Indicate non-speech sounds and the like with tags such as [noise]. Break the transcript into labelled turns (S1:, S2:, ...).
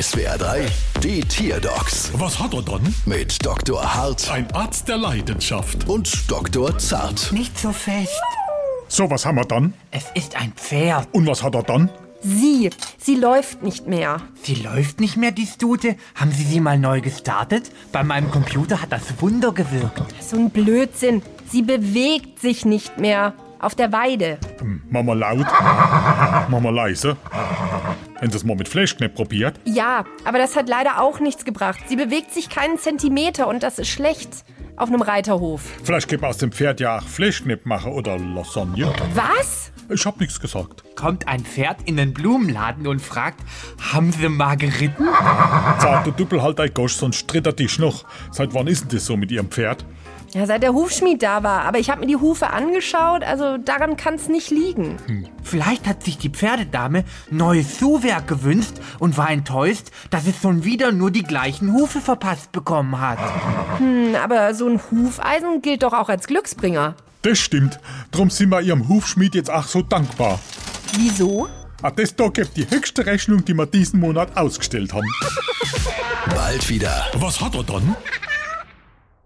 S1: SWR 3, die Tierdocs
S2: Was hat er dann?
S1: mit Dr. Hart
S2: Ein Arzt der Leidenschaft.
S1: und Dr. Zart.
S3: Nicht so fest.
S2: So, was haben wir dann?
S3: Es ist ein Pferd.
S2: Und was hat er dann?
S4: Sie, sie läuft nicht mehr.
S3: Sie läuft nicht mehr, die Stute. Haben Sie sie mal neu gestartet? Bei meinem Computer hat das Wunder gewirkt.
S4: So ein Blödsinn. Sie bewegt sich nicht mehr. Auf der Weide.
S2: Machen wir Hm, laut, [laughs] machen wir leise. Wenn sie es mal mit Flashknepp probiert.
S4: Ja, aber das hat leider auch nichts gebracht. Sie bewegt sich keinen Zentimeter und das ist schlecht. Auf einem Reiterhof.
S2: Vielleicht gibt man aus dem Pferd ja auch Flashknepp machen oder Lasagne.
S4: Was?
S2: Ich hab nichts gesagt.
S3: Kommt ein Pferd in den Blumenladen und fragt, haben Sie mal geritten?
S2: Zart, du Düppel halt dein Gosch, sonst tritt er dich noch. Seit wann ist denn das so mit ihrem Pferd?
S4: Ja, seit der Hufschmied da war. Aber ich habe mir die Hufe angeschaut, also daran kann es nicht liegen.
S3: Vielleicht hat sich die Pferdedame neues Schuhwerk gewünscht und war enttäuscht, dass es schon wieder nur die gleichen Hufe verpasst bekommen hat.
S4: Aber so ein Hufeisen gilt doch auch als Glücksbringer.
S2: Das stimmt. Drum sind wir ihrem Hufschmied jetzt auch so dankbar.
S4: Wieso?
S2: Ah, das da gibt die höchste Rechnung, die wir diesen Monat ausgestellt haben.
S1: Bald wieder.
S2: Was hat er dann?